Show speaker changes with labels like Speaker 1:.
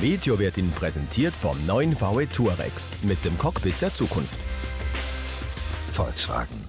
Speaker 1: Meteo wird Ihnen präsentiert vom neuen VW Touareg mit dem Cockpit der Zukunft.
Speaker 2: Volkswagen.